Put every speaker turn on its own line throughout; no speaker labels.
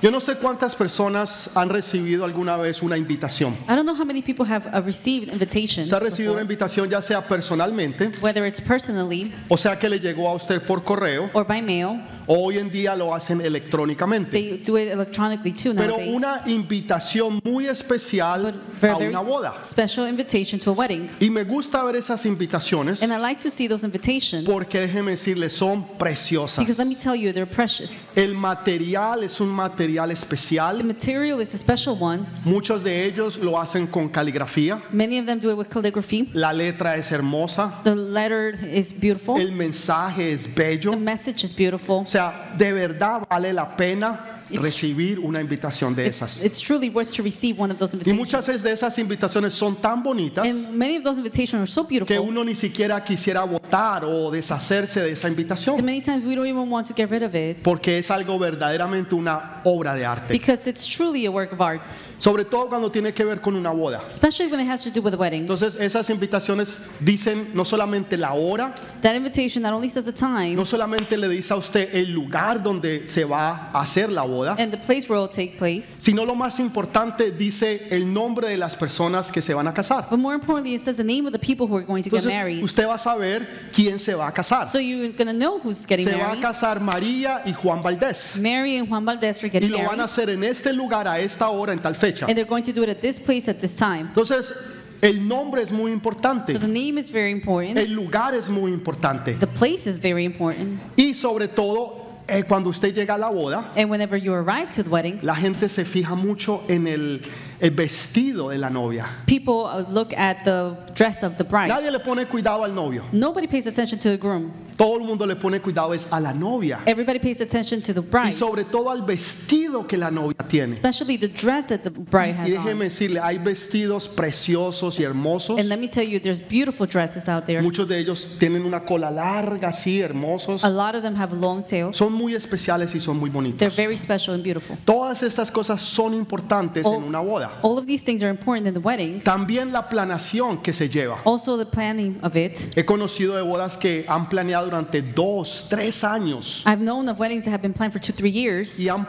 Yo no sé cuántas personas han recibido alguna vez una invitación.
I don't know how many people have uh, received invitations,
Usted ha recibido una
before,
invitación ya sea personalmente,
whether it's personally
o sea que le llegó a usted por correo,
or by mail.
o hoy en día lo hacen electrónicamente.
They do it electronically too
Pero
nowadays.
una invitación muy
but
especial
very,
a
very
una boda.
special invitation to a wedding.
Y me gusta ver esas invitaciones
And I like to see those invitations
porque déjeme decirle, son preciosas.
because let me tell you, they're precious.
El material es un material
The
especial.
material is a special one.
Muchos de ellos lo hacen con caligrafía.
Many of them do it with calligraphy.
La letra es hermosa.
The letter is beautiful.
El mensaje es bello.
the message is beautiful.
O sea, de verdad vale la pena
It's-
recibir una invitación de esas.
It's truly worth to receive one of those
Y
invitations.
muchas de esas invitaciones son tan bonitas
and many of those invitations are so
que
beautiful
uno ni siquiera quisiera votar o deshacerse de esa
that
invitación,
many times we don't even want to get rid of it
porque es algo verdaderamente una obra de arte,
because it's truly a work of art,
sobre todo cuando tiene que ver con una boda.
especially when it has to do with a wedding.
Entonces, esas invitaciones dicen no solamente la hora,
That invitation not only says the time
no solamente le dice a usted el lugar donde se va a hacer la boda,
and the place where it will take place,
sino lo más importante dice el nombre de las personas que se van a casar.
but more importantly, it says the name of the people who are going to get
Entonces
married.
usted va a saber quién se va a casar.
So you're going to know who's getting
Se va a
married.
casar María y Juan Valdés.
Mary and Juan Valdez are
Y
getting
lo van a
married,
hacer en este lugar, a esta hora, en tal fecha.
and they're going to do it at this place at this time.
Entonces, el nombre es muy
So
importante.
the name is very important.
El lugar es muy importante.
The place is very important.
Y sobre todo, eh, cuando usted llega a la boda,
And whenever you arrive to the wedding,
la gente se fija mucho en el, el vestido de la novia.
people uh, look at the dress of the bride.
Nadie le pone cuidado al novio.
Nobody pays attention to the groom.
Todo el mundo le pone cuidado es a la novia.
Everybody pays attention to the
Y
bride,
sobre todo al vestido que la novia tiene.
especially the dress that the bride
Y
has
déjeme
on.
decirle, hay vestidos preciosos y hermosos.
And let me tell you, there's beautiful dresses out there.
Muchos de ellos tienen una cola larga, así, hermosos.
A lot of them have a long tail.
Son muy especiales y son muy
They're
bonitos.
very special and beautiful.
Todas estas cosas son importantes en
All-
una boda.
All of these things are important in the wedding.
También la planación que se lleva.
Also, the planning of it.
He conocido de bodas que han planeado durante dos, tres años
I've known of weddings that have been planned for two, three years
y han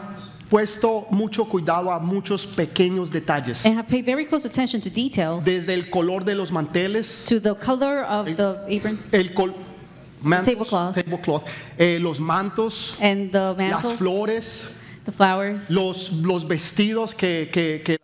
puesto mucho cuidado a muchos pequeños detalles.
and have paid very close attention to details,
Desde el color de los manteles,
to the color of the aprons
el col- mantos,
Tablecloths.
tablecloth, eh, los mantos,
and the
las
mantles,
flores,
the flowers,
los, los vestidos que, que, que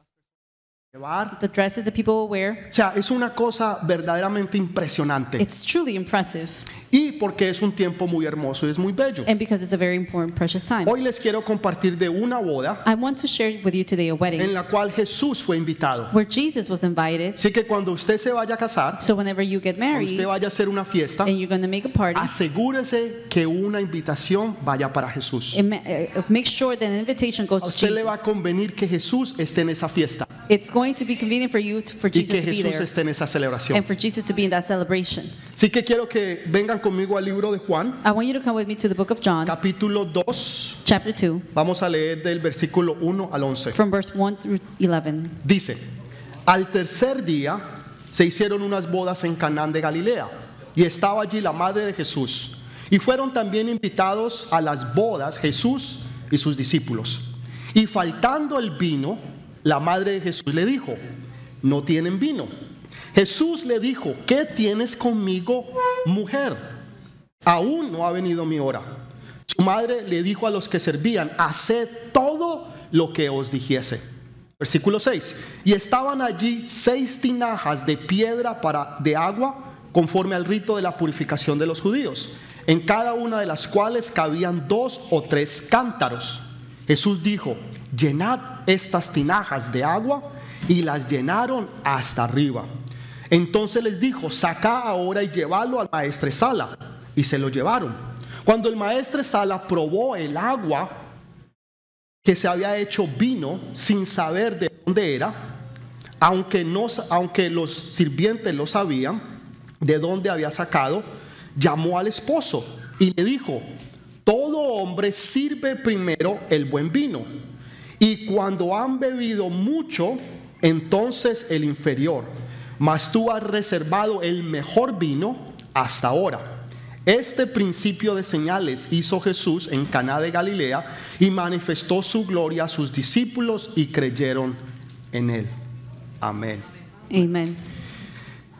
llevar.
the dresses that people will wear.
O sea, es una cosa verdaderamente impresionante.
It's truly impressive.
Y porque es un tiempo muy hermoso y es muy bello.
and because it's a very important, precious time.
Hoy les quiero compartir de una boda
I want to share with you today a
en
wedding
la cual Jesús fue invitado.
where Jesus was invited.
Así que cuando usted se vaya a casar,
So whenever you get
cuando
married
usted vaya a hacer una fiesta,
and you're going to make a party,
asegúrese que una invitación vaya para Jesús.
and ma- uh, make sure that an invitation goes
A
to
usted le va a
oh, Jesus.
convenir que Jesús esté en esa fiesta
It's going to be convenient for you to, for
y que
Jesus to be
Jesús
there Em.
esté en esa celebración.
and for Jesus to be in that celebration.
Así que quiero que vengan conmigo al libro de Juan,
I want you to come with me to the book of John,
capítulo 2.
chapter 2,
Vamos a leer del versículo 1 al 11.
from verse 1 through 11.
Dice, al tercer día se hicieron unas bodas en Canaán de Galilea y estaba allí la madre de Jesús. Y fueron también invitados a las bodas Jesús y sus discípulos. Y faltando el vino, la madre de Jesús le dijo, no tienen vino. Jesús le dijo, ¿qué tienes conmigo, mujer? Aún no ha venido mi hora. Su madre le dijo a los que servían, haced todo lo que os dijese. Versículo 6. Y estaban allí seis tinajas de piedra para, de agua conforme al rito de la purificación de los judíos, en cada una de las cuales cabían dos o tres cántaros. Jesús dijo, llenad estas tinajas de agua y las llenaron hasta arriba. Entonces les dijo, saca ahora y llevadlo al maestre Sala. Y se lo llevaron. Cuando el maestre Sala probó el agua que se había hecho vino sin saber de dónde era, aunque, no, aunque los sirvientes lo sabían de dónde había sacado, llamó al esposo y le dijo, todo hombre sirve primero el buen vino y cuando han bebido mucho, entonces el inferior, mas tú has reservado el mejor vino hasta ahora. Este principio de señales hizo Jesús en Caná de Galilea y manifestó su gloria a sus discípulos y creyeron en él. Amén.
Amen.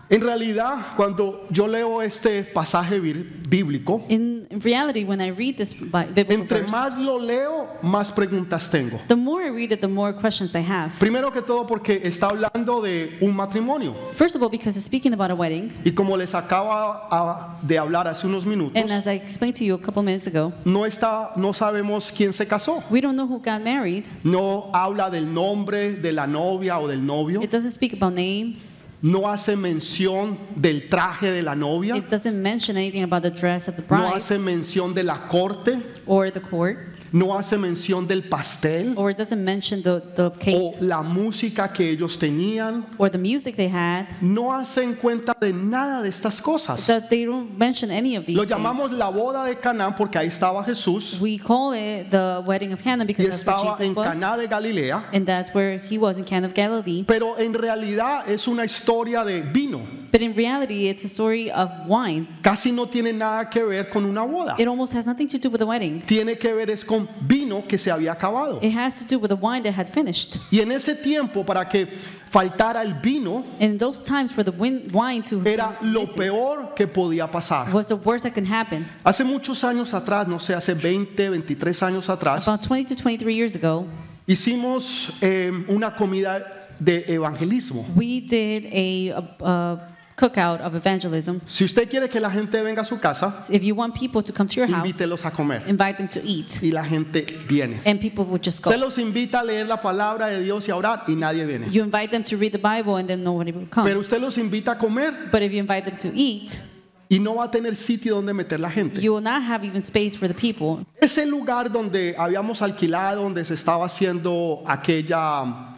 En realidad, cuando yo leo este pasaje bí- bíblico,
In reality, when I read this Bi- biblical
entre
verse,
más lo leo, más preguntas tengo.
the more I read it, the more questions I have.
Primero que todo porque está hablando de un matrimonio.
First of all, because it's speaking about a wedding,
Y como les acaba ah, de hablar hace unos minutos,
and as I explained to you a couple minutes ago,
no, está, no sabemos quién se casó.
we don't know who got married.
No habla del nombre de la novia o del novio.
It doesn't speak about names.
No hace mención del traje de la novia.
It doesn't mention anything about the dress of the
No
bride
hace mención de la corte.
or the court,
No hace mención del pastel
or it doesn't mention the, the cake
o la música que ellos tenían.
or the music they had.
No hacen cuenta de nada de estas cosas.
That they don't mention any of these
Lo
things.
llamamos la boda de Canaán porque ahí estaba Jesús
We call it the wedding of Cana
y
because that's where
estaba
Jesus
en Caná
was,
de Galilea.
and that's where he was in Cana of Galilee.
Pero en realidad es una historia de vino.
But in reality, it's a story of wine.
Casi no tiene nada que ver con una boda.
It almost has nothing to do with the wedding.
Tiene que ver es con vino que se había acabado.
It has to do with the wine that had finished.
Y en ese tiempo, para que faltara el vino,
And in those times for the win- wine to
era lo
missing
peor que podía pasar.
was the worst that can happen.
Hace muchos años atrás, no sé, hace 20, 23 años atrás,
About 20 to 23 years ago,
hicimos eh, una comida de evangelismo.
we did a, a, a cookout of evangelism.
Si usted quiere que la gente venga a su casa,
So if you want people to come to your house,
invítelos a comer.
invite them to eat,
Y la gente viene.
and people would just
Usted
go.
los invita a leer la palabra de Dios y a orar y nadie viene.
You invite them to read the Bible, and then nobody will come.
Pero usted los invita a comer
But if you invite them to eat,
y no va a tener sitio donde meter la gente.
you will not have even space for the people.
Ese lugar donde habíamos alquilado, donde se estaba haciendo aquella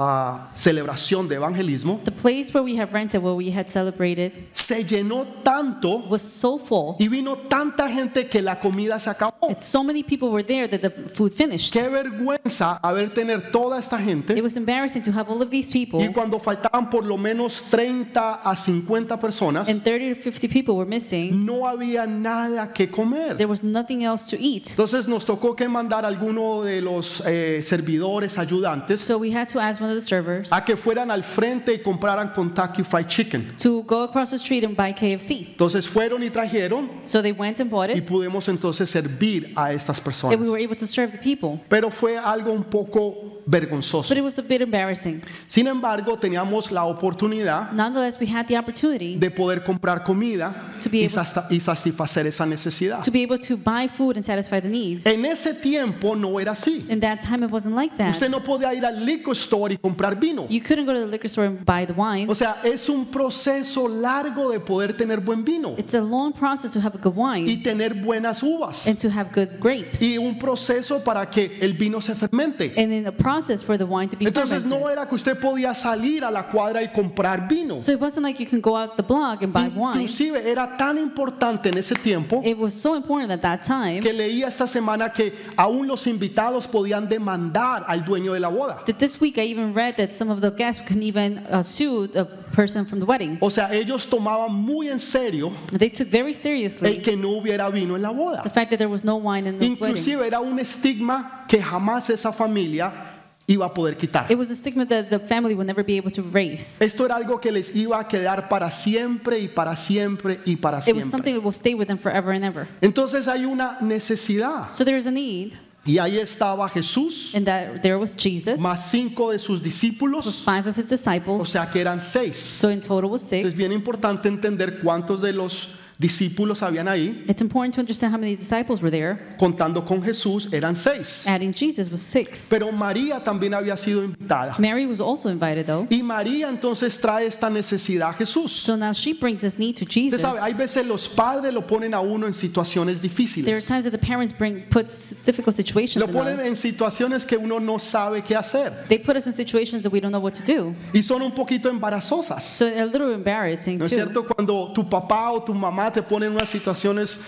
ah, celebración de evangelismo,
The place where we had rented, where we had celebrated,
se llenó tanto
was so full.
y vino tanta gente que la comida se acabó.
And so many people were there that the food finished.
Qué vergüenza haber tener toda esta
It
gente.
was embarrassing to have all of these
Y
people,
cuando faltaban por lo menos 30 a 50 personas,
and 30 to 50 people were missing.
no había nada que comer.
There was nothing else to eat.
Entonces nos tocó que mandar a alguno de los eh, servidores ayudantes
So we had to ask one of the servers
a que fueran al frente y compraran Kentucky Fried Chicken.
to go across the street and buy KFC.
Entonces fueron y trajeron
So they went and bought
y
it,
pudimos entonces servir a estas
and we
personas.
were able to serve the people.
Pero fue algo un poco vergonzoso.
But it was a bit embarrassing.
Sin embargo, teníamos la oportunidad
Nonetheless, we had the opportunity
de poder comprar comida
To be
y,
able-
sasta- y satisfacer esa necesidad.
to be able to buy food and satisfy the need.
En ese tiempo no era así.
In that time, it wasn't like that.
Usted no podía ir al liquor store y comprar vino.
You couldn't go to the liquor store and buy the wine.
O sea, es un proceso largo de poder tener buen vino.
It's a long process to have a good
y
wine
tener buenas uvas
and to have good grapes,
y un proceso para que el vino se fermente.
and then a process for the wine to be
Entonces no
fermented.
era que usted podía salir a la cuadra y comprar vino.
So it wasn't like you can go out the block and buy wine. Em
Inclusive era tan importante en ese tiempo
It was so important at that time
que leía esta semana que aún los invitados podían demandar al dueño de la boda.
that this week I even read that some of the guests can even uh, sue the person from the wedding.
O sea, ellos tomaban muy en serio
They took very
el
seriously
que no hubiera vino en la boda.
the fact that there was no wine in the wedding.
Inclusive era un estigma que jamás esa familia iba a poder quitar.
It was a stigma that the family would never be able to erase.
Esto era algo que les iba a quedar para siempre y para siempre y para
It was
siempre.
something that will stay with them forever and ever.
Entonces hay una necesidad.
So there is a need,
Y ahí estaba Jesús,
and that there was Jesus,
más cinco de sus
was
discípulos,
five of his
o
disciples.
sea que eran seis.
So in total was
Es
six.
bien importante entender cuántos de los discípulos habían ahí.
It's important to understand how many disciples were there.
Contando con Jesús eran seis.
Adding Jesus was six.
Pero María también había sido invitada.
Mary was also invited though.
Y María entonces trae esta necesidad a Jesús.
So now she brings this need to
Usted
Jesus.
sabe, hay veces los padres lo ponen a uno en situaciones
There are
difíciles.
times that the parents bring puts difficult situations
Lo
in
ponen en
us.
situaciones que uno no sabe qué hacer
They put us in situations that we don't know what to do.
y son un poquito embarazosas.
So a little embarrassing
¿No es
too.
cierto? Cuando tu papá o tu mamá te ponen en unas situaciones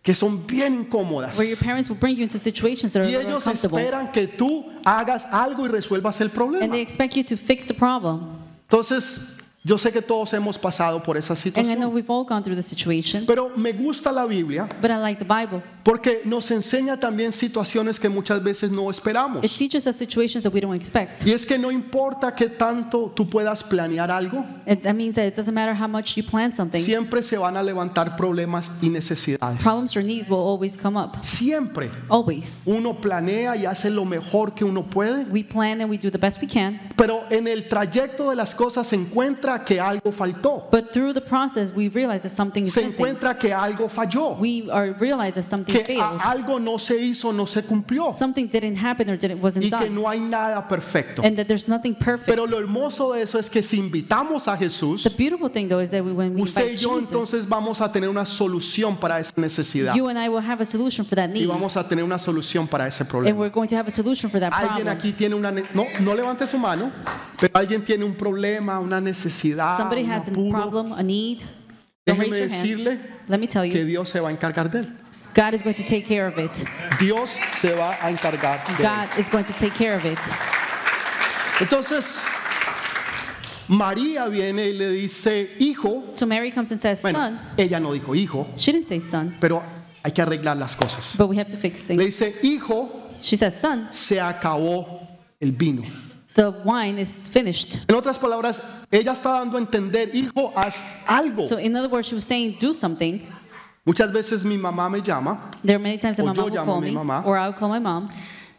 que son bien incómodas
Where your parents will bring you into situations that are a
y
little
ellos
uncomfortable.
esperan que tú hagas algo y resuelvas el
And
problema.
they expect you to fix the problem.
Entonces, Yo sé que todos hemos pasado por esa
And I know
situación,
we've all gone through the situation,
pero me gusta la Biblia
but I like the Bible.
porque nos enseña también situaciones que muchas veces no
It
esperamos.
teaches us situations that we don't expect.
Y es que no importa qué tanto tú puedas planear algo,
It, that means that it doesn't matter how much you plan something,
siempre se van a levantar problemas y necesidades.
problems or need will always come up.
Siempre
Always.
uno planea y hace lo mejor que uno puede,
We plan and we do the best we can,
pero en el trayecto de las cosas se encuentra que algo faltó,
but through the process, we realize that something is
se
missing.
encuentra que algo falló,
We are realize that something
que a-
failed,
algo no se hizo, no se cumplió
something didn't happen or didn't, wasn't
y que
done,
no hay nada perfecto.
and that there's nothing perfect.
Pero lo hermoso de eso es que si invitamos a
The
Jesús,
beautiful thing, though, is that we, when we
usted y
invite
yo
Jesus,
entonces vamos a tener una solución para esa necesidad
you and I will have a solution for that
y
need,
vamos a tener una solución para ese
and
problema.
we're going to have a solution for that
Alguien
problem.
aquí tiene una ne- no no levante su mano, pero alguien tiene un problema, una necesidad,
Somebody
un
has a
apuro.
problem, a need. Don't raise
Déjeme
your hand.
decirle
Let me tell
que
you,
Dios se va a encargar de él.
God is going to take care of it.
Dios se va a encargar de él.
God is going to take care of it.
Entonces María viene y le dice, "Hijo",
So Mary comes and says,
bueno,
Son.
ella no dijo hijo,
She didn't say son,
pero hay que arreglar las cosas.
but we have to fix
Le
things.
dice, "Hijo,
She says, Son,
se acabó el vino."
the wine is finished.
En otras palabras, ella está dando a entender, "Hijo, haz algo."
So, in other words, she was saying, Do something.
Muchas veces mi mamá me llama
There are many times that
O
my
Oh, yo llamo
mom will
a
call
mi
me,
mamá.
or I'll call my mom,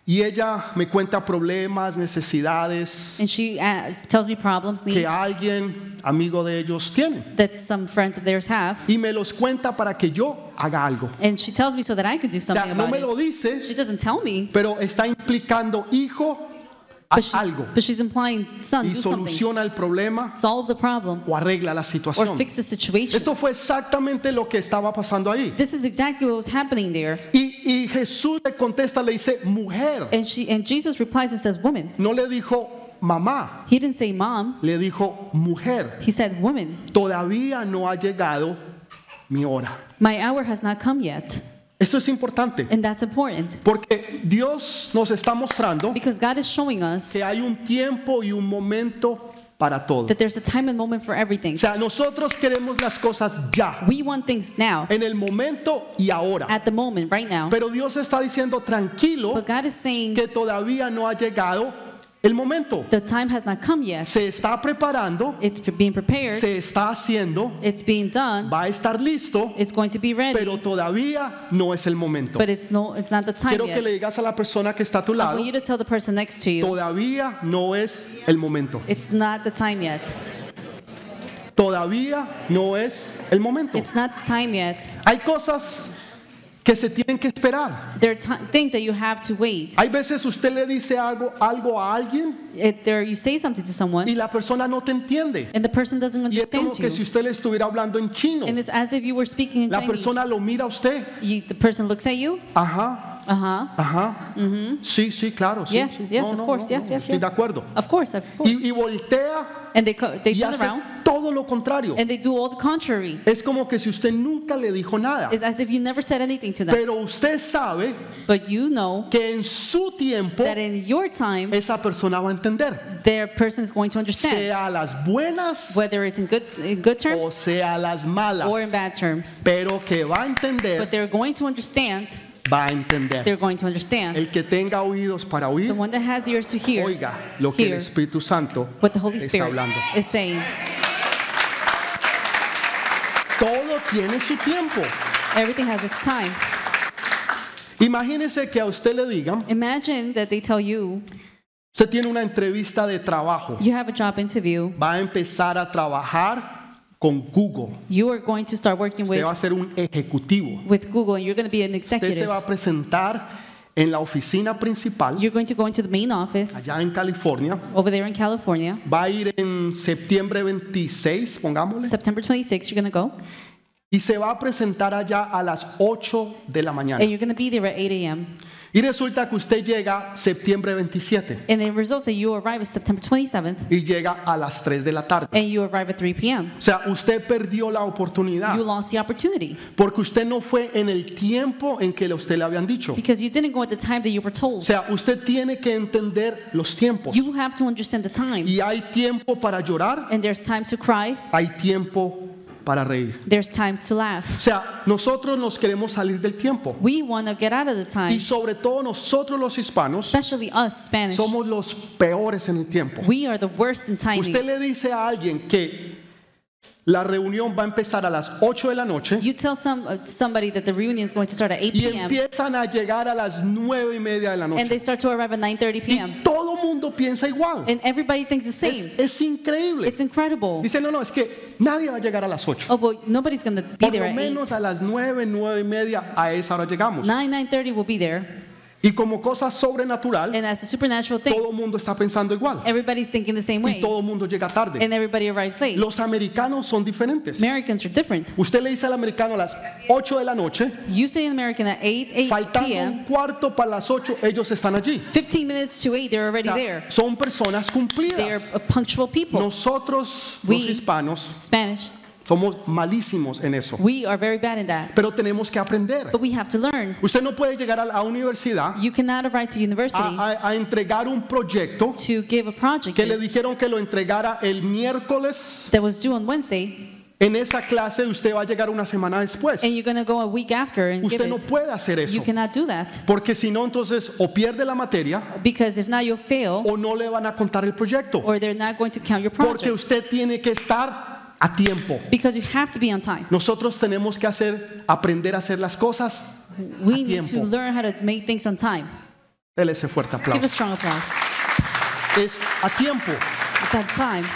Y ella me cuenta problemas, necesidades
and she uh, tells me problems, needs
que alguien, amigo de ellos, tiene.
that some friends of theirs have.
Y me los cuenta para que yo haga algo.
And she tells me so that I could do
O
something
sea, no
about
me
it.
lo dice,
She doesn't tell me,
pero está implicando, hijo,
but
haz
she's,
algo
but she's implying, Son,
y
do something.
soluciona el problema
Solve the problem
o arregla la
or
situación.
fix the situation.
Esto fue exactamente lo que estaba pasando ahí.
This is exactly what was happening there.
Y, y Jesús le contesta, le dice, mujer.
And, she, and Jesus replies and says, Woman.
No le dijo mamá,
He didn't say mom,
le dijo mujer.
he said, Woman.
Todavía no ha llegado mi hora.
My hour has not come yet.
Esto es importante.
And that's important
Porque Dios nos está mostrando
because God is showing us
que hay un tiempo y un momento para todo.
that there's a time and moment for everything.
O sea, nosotros queremos las cosas ya,
We want things now,
en el momento y ahora.
at the moment, right now.
Pero Dios está diciendo tranquilo
But God is saying
que todavía no ha llegado el momento.
the time has not come yet.
Se está preparando,
It's being prepared,
se está haciendo,
it's being done,
va a estar listo,
it's going to be
pero
ready,
todavía no es el momento.
but it's no it's not the time
Quiero que
yet.
le digas a la persona que está a tu
I
lado,
want you to tell the person next to you,
todavía no es el momento.
it's not the time yet.
Todavía no es el momento.
It's not the time yet.
Hay cosas que se tienen que esperar.
There are ti- things that you have to wait.
Hay veces usted le dice algo, algo a alguien
It, there, you say something to
y
someone,
la persona no te entiende.
and the person doesn't
Y es como
understand
que si
you.
usted le estuviera hablando en chino,
And it's as if you were speaking in
la
Chinese.
persona lo mira a usted.
You, the person looks at you.
Ajá,
Uh huh.
ajá. Sí, sí, claro. sí,
Mm-hmm. Yes,
sí.
yes,
No,
of
no,
course,
no,
yes,
no,
yes,
Estoy de
yes.
acuerdo.
Of course, of course.
Y, y voltea
and they co- they
y
turn
hace
around
todo lo contrario.
and they do all the contrary.
Es como que si usted nunca le dijo nada.
It's as if you never said anything to them.
Pero usted sabe
But you know
que en su tiempo
that in your time,
esa persona va a entender.
their person is going to understand
Sea a las buenas
whether it's in good in
o
good terms
sea Eh, las malas,
or in bad terms.
pero que va a entender,
But they're going to understand.
va a entender.
They're going to understand.
El que tenga oídos para
The
oír,
one that has ears to hear
oiga lo que el
Hear.
Espíritu Santo
what the Holy
está
Spirit
hablando.
is saying.
Todo tiene su tiempo.
Everything has its time.
Imagínese que a usted le digan,
Imagine that they tell you
usted tiene una entrevista de trabajo,
you have a job interview.
va a empezar a trabajar con Google,
You are going to start working
usted
with
va a ser un ejecutivo,
with Google and you're going to be an
usted se
executive.
va a presentar en la oficina principal
You're going to go into the main office
allá en California,
over there in California.
va a ir en septiembre 26, pongámosle.
September 26th, you're going to go.
Y se va a presentar allá a las 8 de la mañana.
And you're going to be there at 8 a.m.
Y resulta que usted llega septiembre 27
And it results that you arrive at September 27th
y llega a las 3 de la tarde.
and you arrive at 3 p.m.
O sea, usted perdió la oportunidad
You lost the opportunity
porque usted no fue en el tiempo en que a usted le habían dicho.
because you didn't go at the time that you were
O
told.
sea, usted tiene que entender los tiempos.
You have to understand the times.
Y hay tiempo para llorar,
And there's time to cry,
hay tiempo para reír.
there's time to
O
laugh.
sea, nosotros nos queremos salir del tiempo.
We want to get out of the
Y
time,
sobre todo nosotros los hispanos
especially us Spanish.
somos los peores en el tiempo.
We are the worst in
Usted
timing.
le dice a alguien que la reunión va a empezar a las 8 de la noche
You tell some uh, somebody that the reunion is going to start at 8
y
p.m.
empiezan a llegar a las 9 y media de la
and
noche.
they start to arrive at 9:30
Y
p.m.
todo mundo piensa igual.
and everybody thinks the same.
Es, es increíble.
It's incredible.
Dice, no, no, es que nadie va a llegar a las 8.
Oh, well, nobody's going to be
Por
there
lo
at 8.
menos a las 9, 9 y media, a esa hora llegamos.
9 9:30 will be there.
Y como cosa sobrenatural,
And as a supernatural thing,
todo el mundo está pensando igual.
everybody's thinking the same
Y
way
todo el mundo llega tarde.
and everybody arrives late.
Los americanos son diferentes.
Americans are different.
Usted le dice al americano a las 8 de la noche,
You say an American at 8 8
faltando
p.m.
un cuarto para las 8, ellos están allí.
15 minutes to 8 they're
O
already
sea,
there.
son personas
They are
cumplidas.
a punctual people.
Nosotros,
We-
los hispanos,
Spanish,
somos malísimos en eso.
we are very bad in that.
Pero tenemos que aprender.
But we have to learn.
Usted no puede llegar a la universidad
You cannot arrive to
a,
university
a- a entregar un proyecto
to give a project
que Ah, le dijeron que lo entregara el miércoles.
that was due on Wednesday
En esa clase usted va a llegar una semana después.
and you're going to go a week after and give
Usted no
it.
puede hacer
You
eso.
cannot do that
Porque si no, entonces o pierde la materia
because if not, you'll fail
o no le van a contar el proyecto.
or they're not going to count your
Porque
project
usted tiene que estar a tiempo.
because you have to be on time.
Nosotros tenemos que hacer, aprender a hacer las cosas.
We need to
tiempo.
learn how to make things on time.
Dele ese fuerte
Give a
aplauso.
strong applause.
Es a tiempo.
It's on time.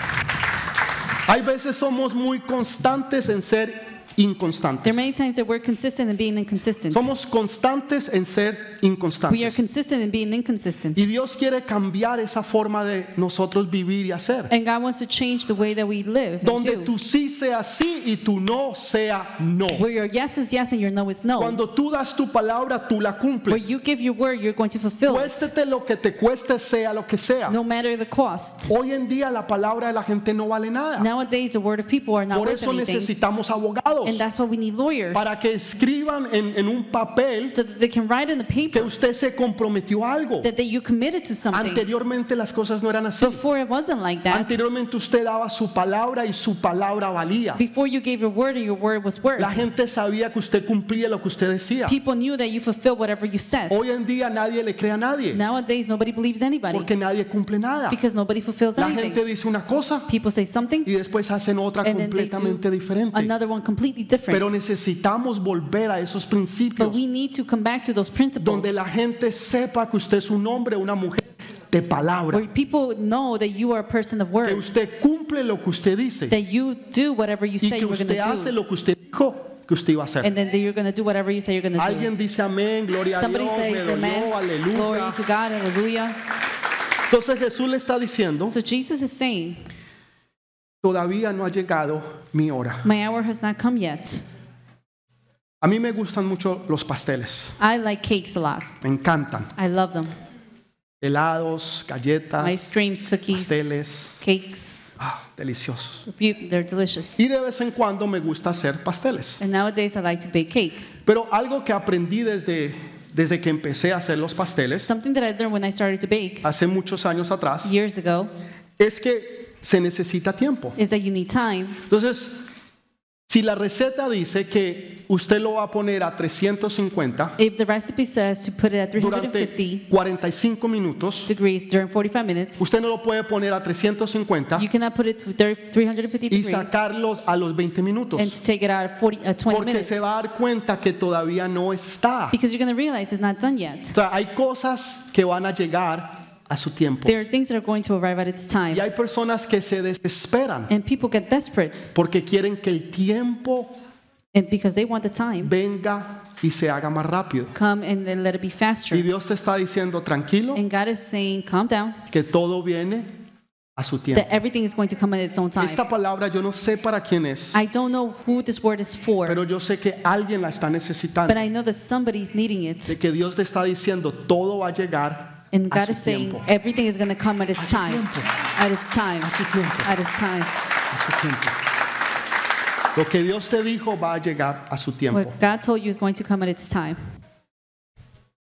Hay veces somos muy constantes en ser
There are many
inconstantes.
times that we're consistent in being inconsistent.
Somos constantes en ser
We are
inconstantes.
consistent in being inconsistent.
Y Dios quiere cambiar esa forma de nosotros vivir y hacer.
And God wants to change the way that we live and
Donde
do.
tu sí sea sí y tu no sea no.
Where your yes is yes and your no is no.
Cuando tú das tu palabra, tú la
Where
cumples.
you give your word, you're going to fulfill it,
Cuéstete lo que te cueste, sea lo que sea.
no matter the cost.
Hoy en día la palabra de la gente no vale nada.
Nowadays, the word of people are not
Por
worth
eso
anything,
necesitamos abogados
and that's why we need lawyers
para que escriban en, en un papel
so that they can write in the
que
paper
usted se comprometió a algo.
that, that you committed to something.
Anteriormente las cosas no eran así.
Before it wasn't like that.
Anteriormente usted daba su palabra y su palabra valía.
Before you gave your word and your word was
La
worth.
gente sabía que usted cumplía lo que usted decía.
People knew that you fulfilled whatever you said.
Hoy en día nadie le cree a nadie
Nowadays, nobody believes anybody
porque nadie cumple nada.
because nobody fulfills
La gente
anything.
dice una cosa
People say something,
y después hacen otra
And then they do
completamente diferente.
another one completely
Pero
different.
necesitamos volver a esos
But
principios
we need to come back to those principles
donde la gente sepa que usted es un hombre, una mujer de palabra,
where people know that you are a person of
que
word,
usted cumple lo que usted dice
that you do whatever you
y
say
que
you're going
usted
to
hace
do,
lo que usted dijo que usted iba a hacer.
and then that you're going to do whatever you say you're going to do.
Alguien dice amén, gloria a
Somebody
Dios, me
says,
dolió,
Amen, glory
aleluya.
to God, hallelujah.
Entonces Jesús le está diciendo,
So Jesus is saying,
todavía no ha llegado mi hora.
My hour has not come yet.
A mí me gustan mucho los pasteles,
I like cakes a lot,
me encantan.
I love them.
Helados,
Ice
galletas,
creams, cookies,
pasteles,
cakes,
ah, deliciosos.
beau- they're delicious.
Y de vez en cuando me gusta hacer pasteles.
And nowadays I like to bake cakes.
Pero algo que aprendí desde, desde que empecé a hacer los pasteles,
Something that I learned when I started to bake
hace muchos años atrás,
years ago
es que se necesita tiempo.
is that you need time.
Entonces, si la receta dice que usted lo va a poner a 350
If the recipe says to put it at
durante
350
45 minutos,
degrees during 45 minutes,
usted no lo puede poner a 350
you cannot put it to 30 350
y
degrees
sacarlos a los 20
and
minutos,
to take it out at 40, at 20
porque
minutes
se va a dar cuenta que todavía no está.
because you're going to realize it's not done yet.
O sea, hay cosas que van a llegar a su tiempo.
There are things that are going to arrive at its time,
Y hay personas que se desesperan
and people get desperate
porque quieren que el tiempo
and because they want the time.
venga y se haga más rápido.
Come and then let it be
Y
faster.
Dios te está diciendo, tranquilo,
And God is saying, calm down.
que todo viene a su tiempo.
that everything is going to come at its own time.
Esta palabra yo no sé para quién es,
I don't know who this word is for,
pero yo sé que alguien la está necesitando.
but I know that somebody's needing
De
it.
que Dios te está diciendo, todo va a llegar
And
a
God is
su
saying
tiempo.
everything is going to come at its
su
time.
tiempo.
At its time.
A su tiempo.
At its time.
A su tiempo. Lo que Dios te dijo va a llegar a su tiempo.
What God told you is going to come at its time.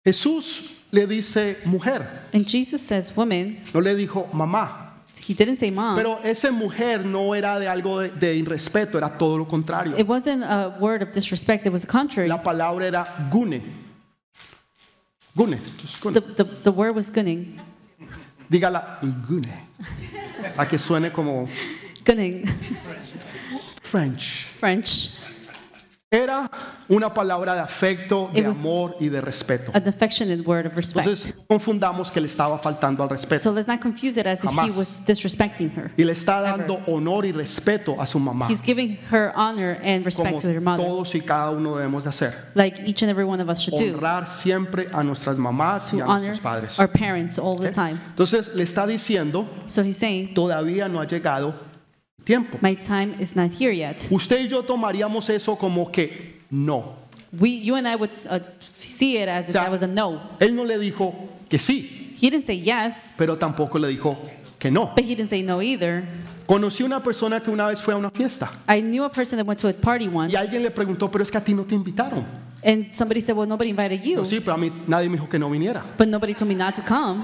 Jesús le dice mujer,
And Jesus says, Woman,
no le dijo mamá.
he didn't say mom.
Pero ese mujer no era de algo de, de irrespeto, era todo lo contrario.
It wasn't a word of disrespect, it was contrary.
La palabra era gune. Gune. just gune.
The, the, the word was gunning.
Dígala gune. A que suene como
Gunning,
French.
French.
Era una palabra de afecto,
It
de
was-
amor y de respeto.
An affectionate word of respect.
Entonces, confundamos que le estaba faltando al respeto.
So let's not confuse it as if he
Jamás. Ah.
was disrespecting her.
Y le está dando honor y respeto a su mamá,
He's giving her honor
como
and respect to her mother,
todos y cada uno debemos de hacer.
like each and every one of us should do,
Honrar siempre a nuestras mamás y
to
a
honor
nuestros padres.
our parents all the
¿ok?
time.
Entonces, le está diciendo,
So he's saying,
todavía no ha llegado el tiempo.
My time is not here yet.
Usted y yo tomaríamos eso como que no.
We, you and I would uh, see it as if
sea,
that was a no.
Él no le dijo que sí,
He didn't say yes,
pero tampoco le dijo que no.
but he didn't say no either.
Conocí una persona que una vez fue a una fiesta
I knew a person that went to a party once,
y alguien le preguntó, pero es que a ti no te invitaron.
and somebody said, Well, nobody invited you,
Yo, sí, pero a mí nadie me dijo que no viniera.
but nobody told me not to come.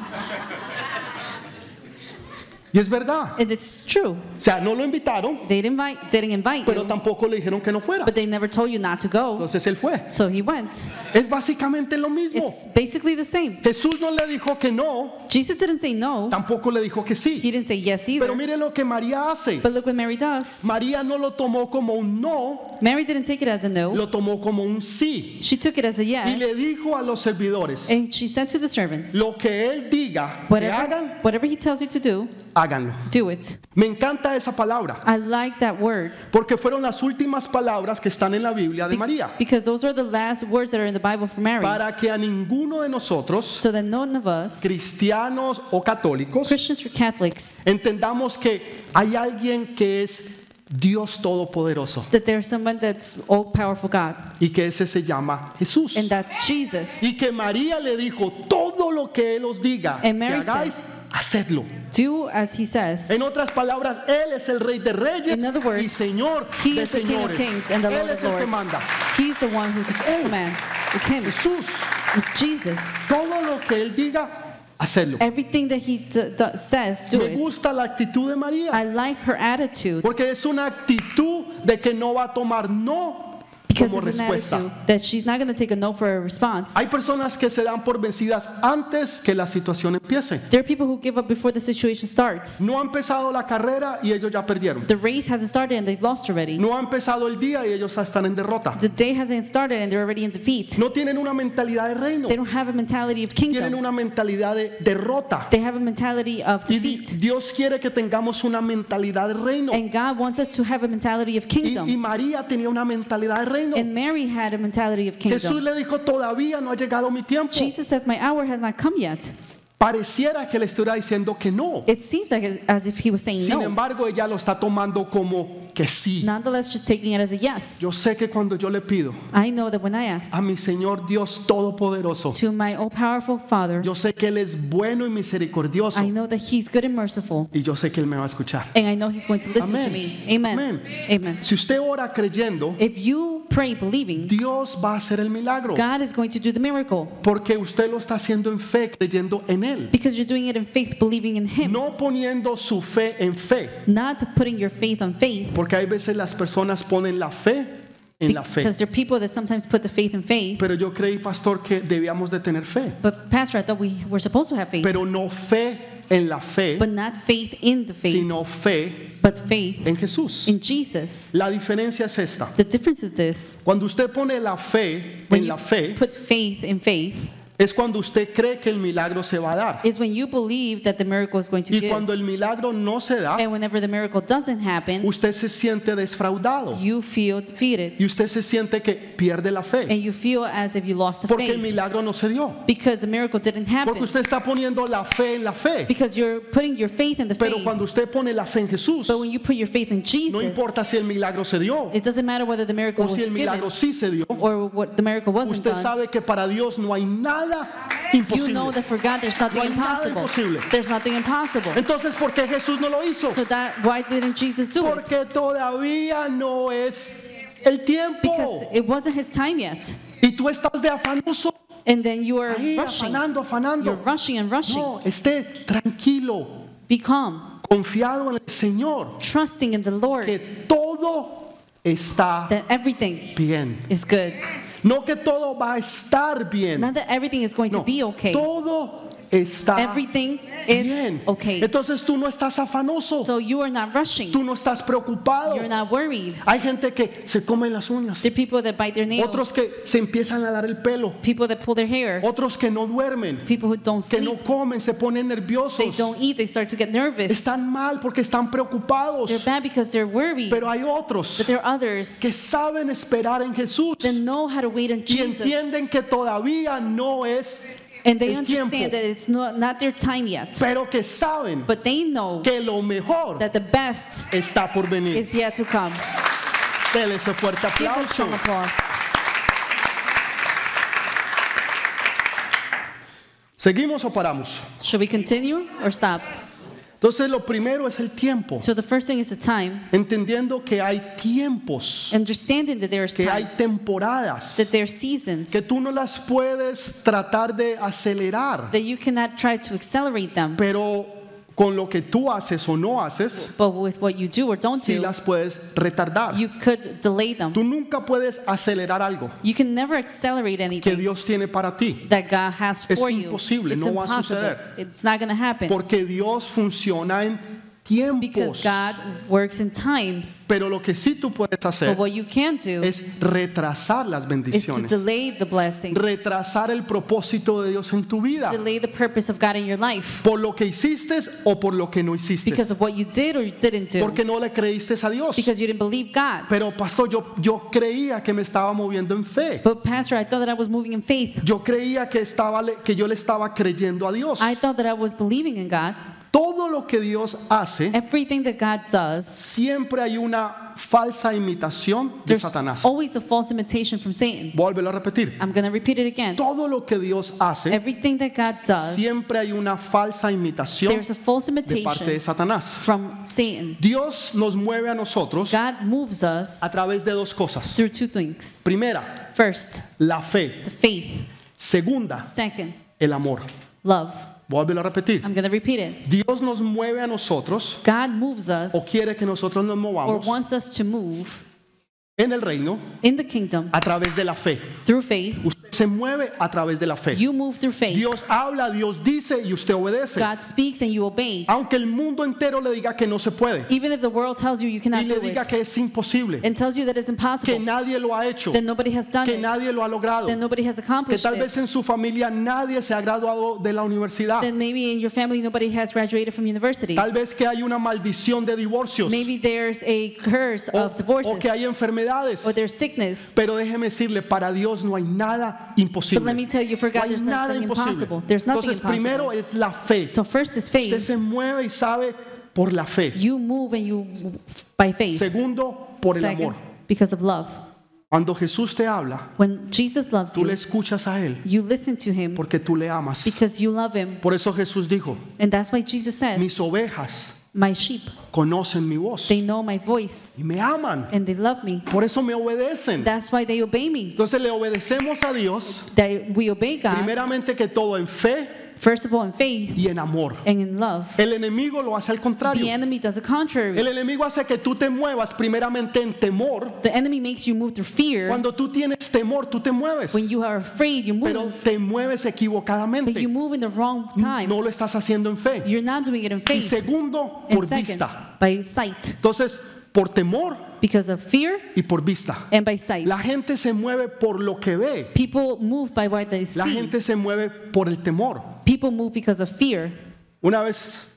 Y es verdad.
And it's true.
O sea, no lo invitaron,
They didn't invite, didn't invite
pero
you,
tampoco le dijeron que no fuera.
but they never told you not to go.
Entonces él fue.
So he went.
Es básicamente lo mismo.
It's basically the same.
Jesús no le dijo que no,
Jesus didn't say no.
tampoco le dijo que sí.
He didn't say yes
Pero
either.
mire lo que María hace.
But look what Mary does.
María no lo tomó como un no,
Mary didn't take it as a no.
lo tomó como un sí.
She took it as a
Y le
yes.
dijo a los servidores,
And she said to the servants,
lo que él diga que
whatever,
hagan,
whatever he tells you to do,
háganlo.
do it.
Me encanta esa palabra,
I like that word
porque fueron las últimas palabras que están en la Biblia de María,
because those are the last words that are in the Bible for Mary.
para que a ninguno de nosotros,
So that none of us,
cristianos o católicos,
Christians or Catholics,
entendamos que hay alguien que es Dios Todopoderoso
that there's someone that's all powerful God,
y que ese se llama Jesús.
and that's Jesus.
Y que María le dijo, todo lo que Él os diga que
And Mary
hagáis, hacedlo.
Do as he says.
En otras palabras, Él es el Rey de Reyes
In other words,
y Señor
He
de
is the King of
Señores.
Kings and the
él
Lord
es
of
el que
Lords.
manda.
He's the one who
Él.
commands. It's Him.
Jesús,
It's Jesus.
todo lo que Él diga, hacedlo.
Everything that He d- d- says, do
Me
it.
gusta la actitud de María,
I like her attitude
porque es una actitud de que no va a tomar no
because
como
it's an
respuesta.
attitude that she's not going to take a no for a response.
Hay personas que se dan por vencidas antes que la situación empiece.
There are people who give up before the situation starts.
No ha empezado la carrera y ellos ya perdieron.
The race hasn't started and they've lost already.
No ha empezado el día y ellos ya están en derrota.
The day hasn't started and they're already in defeat.
No tienen una mentalidad de reino,
They don't have a mentality of
tienen
kingdom.
una mentalidad de derrota.
They have a mentality of
Y di-
defeat.
Dios quiere que tengamos una mentalidad de reino.
And God wants us to have a mentality of
Y,
kingdom.
y María tenía una mentalidad de reino.
And Mary had a mentality of
Jesús
kingdom.
le dijo, todavía no ha llegado mi tiempo.
Jesus says, My hour has not come yet.
Pareciera que le estuviera diciendo que no.
It seems like as- as if he was saying
Sin
no.
embargo, ella lo está tomando como que sí.
Nonetheless, just taking it as a yes.
Yo sé que cuando yo le pido
I know that when I ask
a mi Señor Dios Todopoderoso,
to my all powerful Father,
yo sé que Él es bueno y misericordioso
I know that he's good and merciful.
y yo sé que Él me va a escuchar.
And I know he's going to listen to
Amén.
me. Amen.
Amén.
Amen.
Si usted ora creyendo,
If you pray believing,
Dios va a hacer el milagro
God is going to do the miracle
porque usted lo está haciendo en fe, creyendo en Él.
because you're doing it in faith, believing in him,
No poniendo su fe en fe,
not putting your faith on faith.
porque hay veces las personas ponen la fe en la fe.
Because there are people that sometimes put the faith in faith.
Pero yo creí, pastor, que debíamos de tener fe,
But, Pastor, I thought we were supposed to have faith.
pero no fe en la fe,
but not faith in the faith,
sino fe
but faith
en Jesús.
in Jesus.
La diferencia es esta.
The difference is this:
Cuando usted pone la fe
when
en
you
la fe,
put faith in faith,
es cuando usted cree que el milagro se va a dar.
is when you believe that the miracle is going to
Y
give.
cuando el milagro no se da,
and whenever the miracle doesn't happen,
usted se siente desfraudado
you feel defeated.
y usted se siente que pierde la fe
and you feel as if you lost the
porque el
faith
milagro no se dio.
because the miracle didn't happen.
Porque usted está poniendo la fe en la fe.
because you're putting your faith in the
Pero
faith.
cuando usted pone la fe en Jesús,
but when you put your faith in Jesus,
no importa si el milagro se dio
it doesn't matter whether the miracle
o si
was
el milagro
given
sí se dio.
or what the miracle wasn't
Usted
done.
sabe que para Dios no hay nada
you know
imposible.
that for God there's nothing
No hay nada
impossible.
imposible.
There's nothing impossible.
Entonces, ¿por qué Jesús no lo hizo?
So that why didn't Jesus do it?
Porque todavía no es el
Because
tiempo.
it wasn't his time yet.
Y tú estás de afanoso,
And then you are
ahí
rushing.
afanando,
You're
afanando.
rushing and rushing.
No, esté tranquilo,
Be calm,
confiado en el Señor,
trusting in the Lord
que todo está
that everything
bien.
is good.
No que todo va a estar bien.
Not that everything is going to
No,
be okay.
todo está
Everything is
bien.
okay.
Entonces tú no estás afanoso,
So you are not rushing.
tú no estás preocupado.
You're not worried.
Hay gente que se come las uñas,
There are people that bite their
otros
nails.
que se empiezan a dar el pelo,
People that pull their hair.
otros que no duermen,
People who don't
que
sleep.
no comen, se ponen
They
nerviosos,
don't eat. They start to get nervous.
están mal porque están
They're
preocupados.
bad because they're worried.
Pero hay otros
But there are others
que saben esperar en Jesús
that know how to wait on
y
Jesus.
entienden que todavía no es,
And they
el tiempo.
understand that it's not, not their time yet.
pero que saben
But they know
que lo mejor
that the best
está por venir.
is yet to come.
Dele ese fuerte
Give them
aplauso.
strong applause.
¿Seguimos o paramos?
Should we continue or stop?
Entonces lo primero es el tiempo,
So the first thing is the time.
entendiendo que hay tiempos,
Understanding that there is
que
time,
hay temporadas,
that there are seasons,
que tú no las puedes tratar de acelerar,
that you cannot try to accelerate them,
pero con lo que tú haces o no haces,
but with what you do or don't
sí
do,
las puedes retardar.
you could delay them.
Tú nunca puedes acelerar algo
You can never accelerate
que
anything
Dios tiene para ti,
that God has
Es
for you.
imposible,
It's
no va a
impossible.
suceder.
It's not going to happen.
porque Dios funciona en tiempos.
Because God works in times.
Pero lo que sí tú puedes
But
hacer
what you can do
es retrasar las
is to
bendiciones,
delay the blessings,
retrasar el propósito de Dios en tu vida.
delay the purpose of God in your life
por lo que hiciste o por lo que no hiciste.
because of what you did or you didn't do,
Porque no le creíste a Dios.
because you didn't believe God.
Pero pastor, yo, yo creía que me estaba moviendo en fe.
But pastor, I thought that I was moving in faith.
Yo creía que, estaba, le- que yo le estaba creyendo a Dios.
I thought that I was believing in God.
Todo lo que Dios hace,
Everything that God does,
siempre hay una falsa imitación de
there's
Satanás.
always a false imitation from Satan.
Vuélvelo a repetir.
I'm going to repeat it again.
Todo lo que Dios hace,
Everything that God does,
siempre hay una falsa imitación
there's a false
de parte de
imitation
Satanás.
from Satan.
Dios nos mueve a nosotros
God moves us
a través de dos cosas.
through two things.
Primera,
First,
la fe.
the faith.
Segunda,
Second,
el amor.
love.
Vuélvelo a repetir.
I'm going to repeat it.
Dios nos mueve a nosotros
God moves us
o quiere que nosotros nos
or
movamos
wants us to move
en el reino
in the kingdom
a través de la fe.
through faith.
Usted se mueve a través de la fe.
You move through faith.
Dios habla, Dios dice y usted obedece.
God speaks and you obey.
Aunque el mundo entero le diga que no se puede
Even if the world tells you you
y
cannot
le
do
diga
it
que es imposible,
and tells you that it's
que
impossible,
nadie lo ha hecho,
then nobody has done
que
it,
nadie lo ha logrado,
then nobody has
que
accomplished
tal
it,
vez en su familia nadie se ha graduado de la universidad,
then maybe in your family nobody has graduated from university.
tal vez que hay una maldición de divorcios
Maybe there's a curse
o,
of divorces
o que hay enfermedades.
or there's sickness.
Pero déjeme decirle, para Dios no hay nada
But let me
imposible.
tell you, for
No
God,
hay
there's
nada
nothing
imposible.
impossible. There's nothing
Entonces, primero
impossible.
es la fe.
So, first is
Usted
faith.
se mueve y sabe por la fe.
You move and you by faith.
Segundo, por el
Second,
amor.
because of love.
Cuando Jesús te habla,
When Jesus loves
tú le
you,
escuchas a Él
you listen to him
porque tú le amas.
because you love him.
Por eso Jesús dijo,
And that's why Jesus said,
mis ovejas
My sheep,
conocen mi voz
they know my voice
y me aman.
and they love me.
Por eso me obedecen.
That's why they obey me.
Entonces le obedecemos a Dios,
That we obey God,
primeramente que todo, en fe
first of all, in faith
y en amor.
and in love.
El enemigo lo hace al contrario.
The enemy does the contrary.
El enemigo hace que tú te muevas primeramente en temor.
The enemy makes you move through fear.
Cuando tú tienes temor, tú te mueves,
When you are afraid, you
pero
move,
te mueves
but
equivocadamente.
you move in the wrong time.
No lo estás haciendo en fe.
You're not doing it in
Y
faith.
segundo,
And
por
second,
vista.
by sight.
Entonces, por temor
because of fear
y por vista.
and by sight.
La gente se mueve por lo que ve.
People move by what they
La
see.
gente se mueve por el temor.
People move because of fear.
Una vez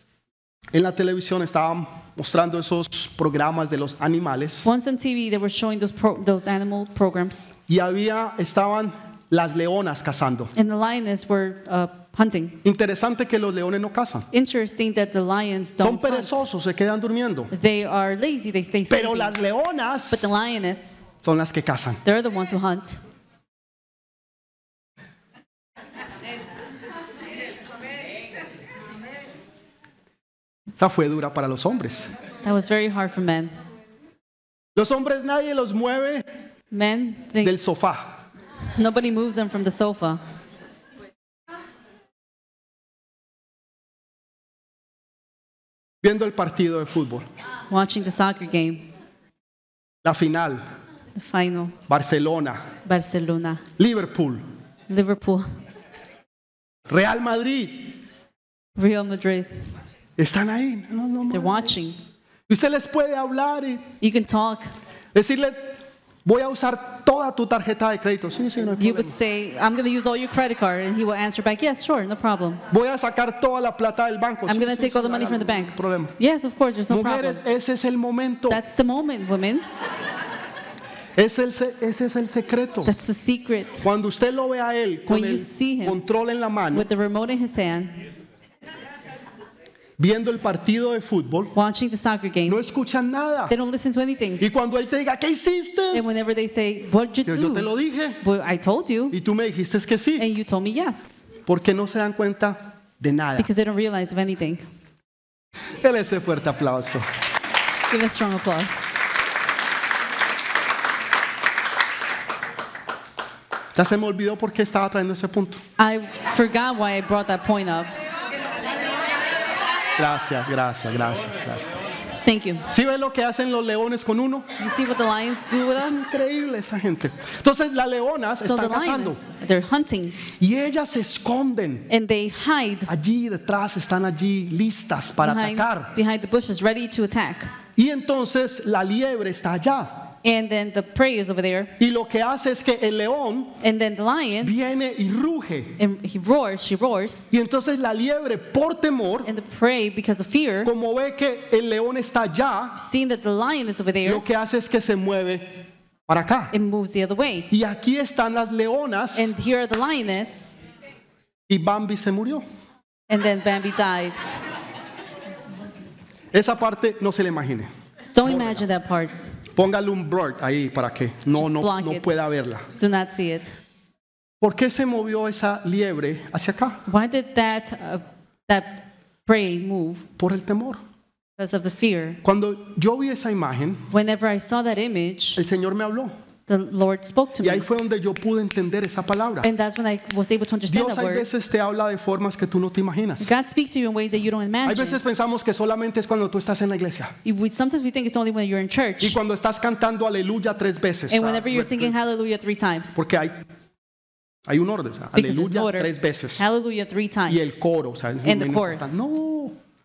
en la televisión estaban mostrando esos programas de los animales
Once on TV, they were showing those pro- those animal programs,
y había estaban las leonas cazando.
and the lioness were uh, hunting.
Interesante que los leones no cazan.
Interesting that the lions
Son
don't hunt.
perezosos, se quedan durmiendo.
They are lazy. They stay
Pero
sleeping.
las
But
leonas
the lioness,
son las que cazan.
they're the ones who hunt.
Esa fue dura para los hombres.
That was very hard for men.
Los hombres nadie los mueve
Men, they,
del sofá.
nobody moves them from the sofa.
Viendo el partido de fútbol,
Watching the soccer game,
la final,
the final,
Barcelona,
Barcelona,
Liverpool,
Liverpool,
Real Madrid,
Real Madrid.
están ahí. No, no,
They're
no.
watching.
Y usted les puede hablar y
You can talk.
Decirle, voy a usar toda tu tarjeta de crédito. Sí, sí, no hay
You
problema.
would say, I'm going to use all your credit card. And he will answer back, yes, sure, no problem.
Voy a sacar toda la plata del banco.
I'm
Sí,
going to
sí,
take
sí,
all the money from the
hágalo, no
bank.
hay Problema.
Yes, of course, there's no
Mujeres,
problem.
ese es el momento.
That's the moment, women.
Ese, el se- ese es el secreto.
That's the secret.
Cuando usted lo ve a él con
When you
el
see him
control en la mano,
With the remote in his hand,
viendo el partido de fútbol,
watching the soccer game,
no escuchan nada.
they don't listen to anything.
Y cuando él te diga, ¿qué hiciste?
And whenever they say, What'd you
Yo, yo te lo
do?
dije.
Well, I told you.
Y tú me dijiste que sí.
And you told me yes.
Porque no se dan cuenta de nada.
Because they don't realize of anything.
Dele ese fuerte aplauso.
Give a strong applause.
Ya se me olvidó por qué estaba trayendo ese punto.
I forgot why I brought that point up.
Gracias, gracias, gracias, gracias.
Thank you.
¿Sí ves lo que hacen los leones con uno?
You see what the lions do with
Es
us?
increíble esa gente. Entonces las leonas
So the
están cazando
lions, they're hunting
y ellas se esconden.
and they hide
Allí detrás están allí listas para
behind,
atacar.
behind the bushes, ready to attack.
Y entonces la liebre está allá.
And then the prey is over there.
Y lo que hace es que el león
And then the lion,
viene y ruge.
and he roars, she roars.
Y entonces la liebre por temor,
And the prey, because of fear,
como ve que el león está allá,
seeing that the lion is over there,
lo que hace es que se mueve para acá.
it moves the other way.
Y aquí están las leonas
And here are the lioness.
y Bambi se murió.
And then Bambi died.
Esa parte no se la imagine.
Don't imagine that part.
Póngale un blur ahí para que no,
Just
no,
block
no
it.
pueda verla.
Do not see it.
¿Por qué se movió esa liebre hacia acá?
Why did that uh, that prey move?
Por el temor.
Because of the fear.
Cuando yo vi esa imagen,
Whenever I saw that image,
el Señor me habló.
the Lord spoke to
Y ahí
me,
fue donde yo pude entender esa palabra.
and that's when I was able to understand
Dios
that
a
word.
veces te habla de formas que tú no te imaginas.
God speaks to you in ways that you don't
Hay
imagine.
veces pensamos que solamente es cuando tú estás en la iglesia.
We, sometimes we think it's only when you're in
Y
church,
cuando estás cantando aleluya tres veces.
and
ah,
whenever you're singing Hallelujah three times,
Porque hay, hay un orden. o sea,
because there's
aleluya
order.
tres veces.
Hallelujah three
Y el
times.
coro. o sea, es
And the
bien
chorus.
importante. No.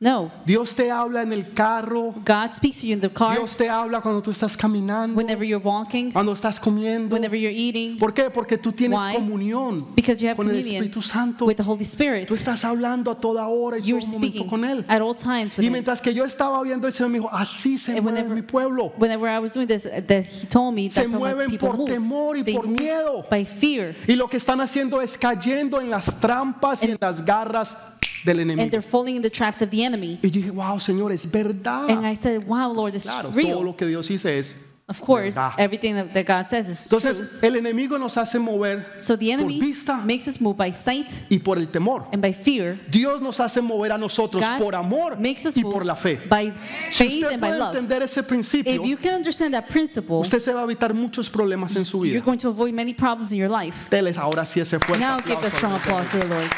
No,
Dios te habla en el carro.
God speaks to you in the car,
Dios te habla cuando tú estás caminando,
whenever you're walking,
cuando estás comiendo.
whenever you're eating,
¿Por qué? Porque tú tienes
Why?
comunión
because you have
con el
communion
Espíritu Santo.
with the Holy Spirit.
Tú estás hablando a toda hora y
You're
todo momento
speaking
con Él.
at all times with
Y
Him.
mientras que yo estaba viendo, el Señor me dijo, así se
And
mueve
whenever-
mi pueblo.
Whenever I was doing this, uh, that he told me
Se
that's how my
mueven
people
por
move.
temor y
They
por
move
miedo.
by fear,
Y lo que están haciendo es cayendo en las trampas y en las garras del
and
enemigo.
they're falling in the traps of the enemy.
Y yo dije, wow, Señor, es
And
verdad.
I said, "Wow, Lord, this
Claro,
is
todo
real."
lo que Dios dice es.
Of course,
verdad.
everything that that God says is true.
Entonces, el enemigo nos hace mover
So the enemy
por vista
makes us move by sight
y por el temor.
and by fear.
Dios nos hace mover a nosotros
God
por amor
makes us
y
move
por la fe.
by
Si
faith
usted
and by
puede
love.
entender ese principio,
If you can understand that principle,
usted se va a evitar muchos problemas en su
you're
vida.
going to avoid many problems in your life.
Deles ahora sí ese fuerte
Now give a
aplauso
strong
al Señor.
applause to the Lord.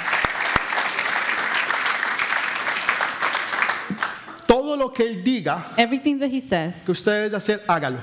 Todo lo que Él diga
Everything that He
que
says
usted debe de hacer, hágalo.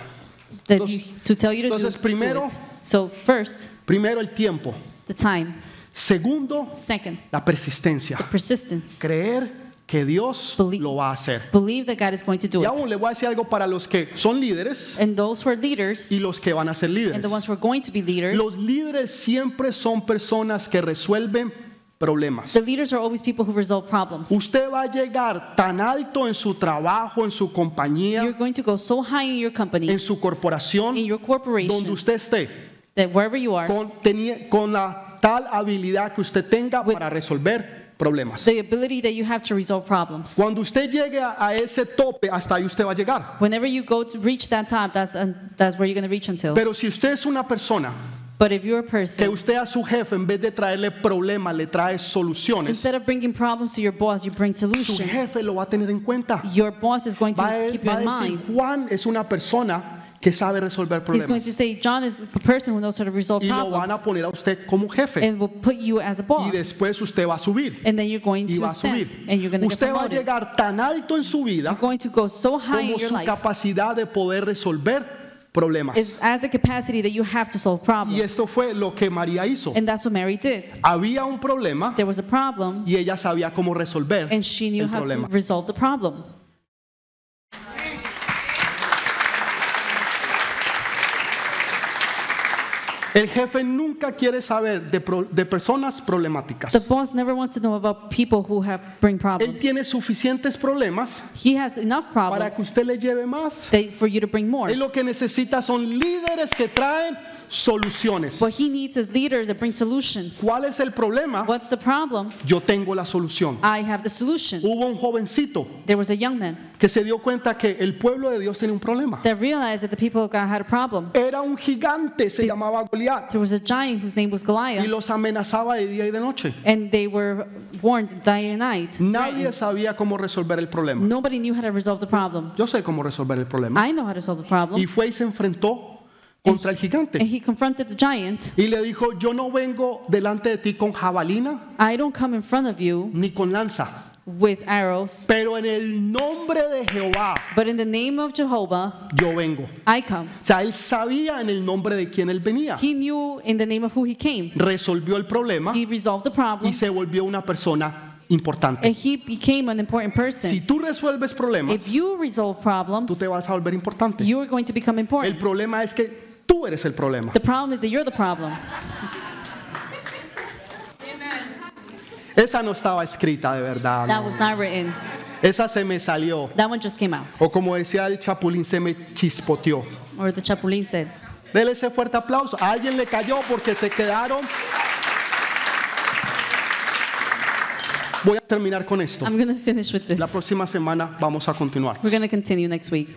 that
Entonces-
you, to tell you to do,
entonces, primero-
do it. So first,
Primero el tiempo.
the time.
Segundo,
Second,
la persistencia.
persistence.
Creer que Dios
Believe-
lo va a hacer.
Believe that God is going to do
Y
it.
aún le voy a decir algo para los que son líderes
And those who are leaders
y los que van a ser líderes.
and the ones who are going to be
Los
leaders,
líderes siempre son personas que resuelven problemas.
the leaders are always people who resolve problems.
Usted va a llegar tan alto en su trabajo, en su
You're
compañía,
going to go so high in your company,
en su corporación,
in your
donde
corporation,
usted esté,
that wherever you are,
con, teni- con la tal habilidad que usted tenga
With-
para resolver problemas.
the ability that you have to resolve problems.
Cuando usted llegue a, a ese tope, hasta ahí usted va a llegar.
Whenever you go to reach that top, that's, uh, that's where you're going to reach until.
Pero si usted es una persona
But if you're a
que
person,
usted a su jefe, en vez de traerle problemas, le trae soluciones,
instead of bringing problems to your boss, you bring
su jefe
solutions.
lo va a tener en cuenta.
Your boss is going
Va a,
to keep you
va a
in mind.
decir, Juan es una persona que sabe resolver
He's going
problemas.
to say, John is a person who knows how to resolve
Y lo van a
problems
poner a usted como jefe.
and will put you as a
Y
boss.
después usted va a subir.
And then you're going
Y
to
va a
ascend
subir.
and you're going to get
Usted va a
promoted.
llegar tan alto en su vida
You're going to go so high in
como
your
su
life
capacidad de poder resolver problemas.
is as a capacity that you have to solve
Y
problems.
esto fue lo que María hizo.
And that's what Mary did.
Había un problema
There was a problem
y ella sabía cómo resolver
and she knew
el
how to
problema.
resolve the problem.
El jefe nunca quiere saber de, pro- de personas problemáticas.
The boss never wants to know about people who have bring
Él
problems.
tiene suficientes problemas
He has enough
para que
problems
usted le lleve más.
that, for you to bring more.
Él lo que necesita son líderes que traen soluciones.
What he needs is leaders that bring solutions.
¿Cuál es el problema?
What's the problem?
Yo tengo la solución.
I have the solution.
Hubo un jovencito
There was a young man
que se dio cuenta que el pueblo de Dios tenía un problema.
that realized that the people of God had a problem.
Era un gigante, se llamaba Goliat,
There was a giant whose name was
y
Goliath,
los amenazaba de día y de noche.
and they were warned day and night.
Mm. Nadie sabía cómo resolver el problema.
Nobody knew how to resolve the problem.
Yo sé cómo resolver el problema.
I know how to solve
Mm. Y
the problem.
fue y se enfrentó contra el
And
gigante.
he confronted the giant.
Y le dijo, yo no vengo delante de ti con jabalina
I don't come in front of you
ni con lanza,
with arrows,
pero en el nombre de Jehová
but in the name of Jehovah,
yo vengo.
I come.
O sea, él sabía en el nombre de quién él venía.
He knew in the name of who he came.
Resolvió el problema
He resolved the problem,
y se volvió una persona importante.
and he became an important
Si
person.
tú resuelves problemas,
If you resolve
tú
problems,
te vas a volver importante.
you are going to become
El
important.
problema es que tú eres el problema.
The problem is that you're the problem.
Esa no estaba escrita de verdad.
That
no.
was not written.
Esa se me salió.
That one just came out,
O como decía el chapulín, se me chispoteó.
or the Chapulín said.
Dele ese fuerte aplauso. A alguien le cayó porque se quedaron. Voy a terminar con esto.
I'm going to finish with
La
this.
próxima semana vamos a continuar.
We're going to continue next week.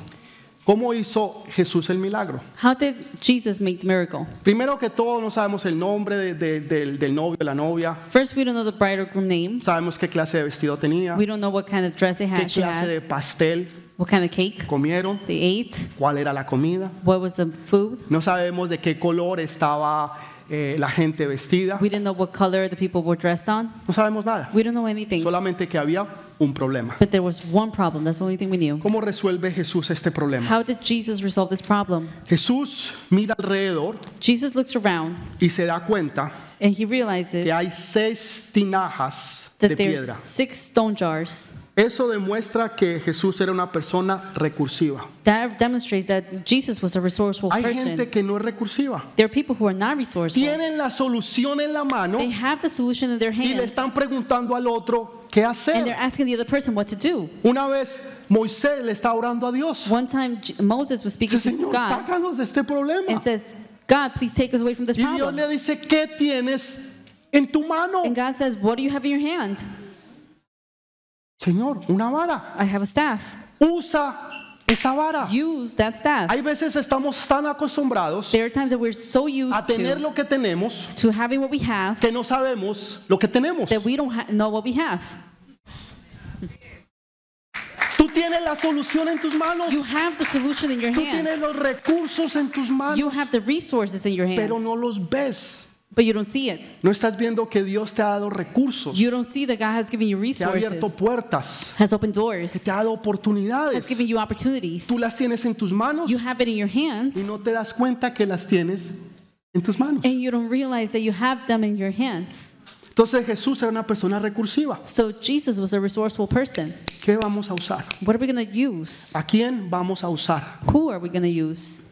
¿Cómo hizo Jesús el milagro?
How did Jesus make the miracle?
Primero que todo, no sabemos el nombre de- de- del, del novio, de la novia.
First, we don't know the bride or groom name.
Sabemos qué clase de vestido tenía,
We don't know what kind of dress they
qué
had, she
clase
had,
de pastel
what kind of cake
comieron,
they ate,
cuál era la comida.
what was the food.
No sabemos de qué color estaba eh, la gente vestida.
We didn't know what color the people were dressed on.
No sabemos nada.
We don't know anything.
Solamente que había un problema.
But there was one problem. That's the only thing we knew.
¿Cómo resuelve Jesús este problema?
How did Jesus resolve this problem?
Jesús mira alrededor
Jesus looks around
y se da cuenta
and he realizes
que hay seis tinajas de
that there's
piedra.
six stone jars.
Eso demuestra que Jesús era una persona recursiva.
That demonstrates that Jesus was a resourceful
Hay
person.
gente que no es recursiva.
There are people who are not resourceful.
Tienen la solución en la mano
They have the solution in their
y le
hands
están preguntando al otro qué
and they're
hacer.
asking the other person what to do.
Una vez Moisés le está orando a Dios.
One time J- Moses was
Dice,
speaking to
Señor,
God
sácanos de este problema.
and says, God, please take us away from this
Y Dios
problem.
le dice, ¿qué tienes en tu mano?
And God says, What do you have in your hand?
Señor, una vara.
I have a staff.
Usa esa vara.
Use that staff.
Hay veces estamos tan acostumbrados
There are times that we're so
a
used
tener
to,
lo que tenemos
to having what we have
que no sabemos lo que tenemos.
that we don't ha- know what we have.
Tú tienes la solución en tus manos.
You have the solution in your
Tú tienes
hands.
los recursos en tus manos,
You have the resources in your
pero
hands,
no los ves.
but you don't see it.
No estás viendo que Dios te ha dado recursos,
You don't see that God has given you
te ha abierto
resources,
puertas,
has opened doors,
te ha dado
has
oportunidades.
given you opportunities.
Tú las tienes en tus manos
You have it in your
y
hands,
no te das cuenta que las tienes en tus manos.
Eh. and you don't realize that you have them in your hands.
Entonces Jesús era una persona recursiva.
So Jesus was a resourceful person.
¿Qué vamos a usar?
What are we going to use?
¿A quién vamos a usar?
Who are we going to use?